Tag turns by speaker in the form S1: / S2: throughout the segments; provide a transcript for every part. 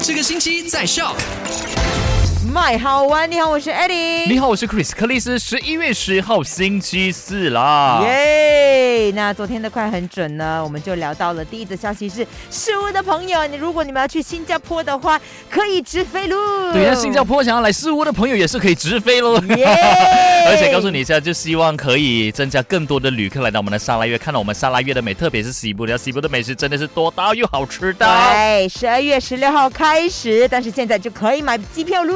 S1: 这个星期在 Shock。
S2: 麦好玩，你好，我是 Eddie。
S3: 你好，我是 Chris 克里斯，十一月十号星期四啦。
S2: 耶那昨天的快很准呢，我们就聊到了第一则消息是，食物的朋友，你如果你们要去新加坡的话，可以直飞喽。
S3: 对，那新加坡想要来试屋的朋友也是可以直飞喽。
S2: 耶
S3: 而且告诉你一下，就希望可以增加更多的旅客来到我们的沙拉越，看到我们沙拉越的美，特别是西部的，西部的美食真的是多到又好吃的。
S2: 对，十二月十六号开始，但是现在就可以买机票喽。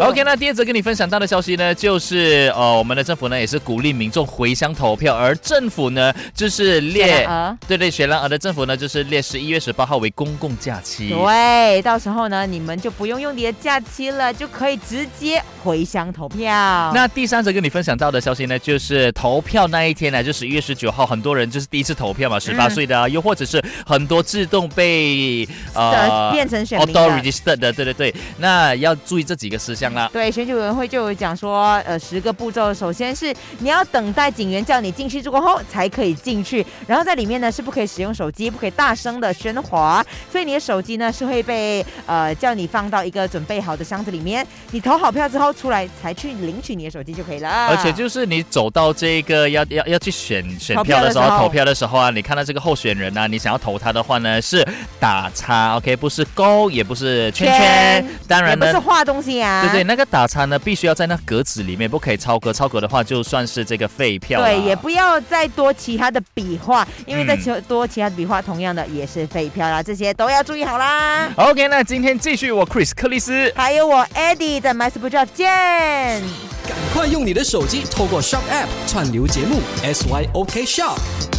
S3: OK，那第二则跟你分享到的消息呢，就是呃，我们的政府呢也是鼓励民众回乡投票，而政府呢就是列
S2: 雪兰莪
S3: 对对雪兰莪的政府呢就是列十一月十八号为公共假期。
S2: 对，到时候呢，你们就不用用你的假期了，就可以直接回乡投票。
S3: 那第三则跟你分享到的消息呢，就是投票那一天呢，就十一月十九号，很多人就是第一次投票嘛，十
S2: 嗯
S3: 八岁的、啊，又或者是很多自动 被
S2: 呃变成选民的
S3: auto registered 的，对对对，那要注意这几个事项啦。
S2: 对，选举委员会就有讲说，呃，十个步骤，首先是你要等待警员叫你进去过后哦才可以进去，然后在里面呢是不可以使用手机，不可以大声的喧哗，所以你的手机呢是会被呃叫你放到一个准备好的箱子里面，你投好票之后出来才去领取你的手机就可以了。
S3: 而且就是你走到这个要要要去选选票的时候，
S2: 投票的时候
S3: 投票的时候啊，你看到这个候选人啊，你想要投他的话呢，是打叉，OK，不是勾，也不是圈圈
S2: 圈，
S3: 当
S2: 也
S3: 然
S2: 不
S3: 呢
S2: 是，画东西啊，
S3: 对对，那个打叉呢，必须要在那格子里面，不可以超格，超格的话就算是这个废票啦。
S2: 对，也不要再多其他的笔画，因为再
S3: 嗯
S2: 求多其他的笔画，同样的也是废票啦，这些都要注意好啦。
S3: OK，那今天继续我 Chris 克里斯。
S2: 还有我 Eddie 在 My Super Drive 见。
S1: 赶快用你的手机透过 Shock App 串流节目 SYOK Shock。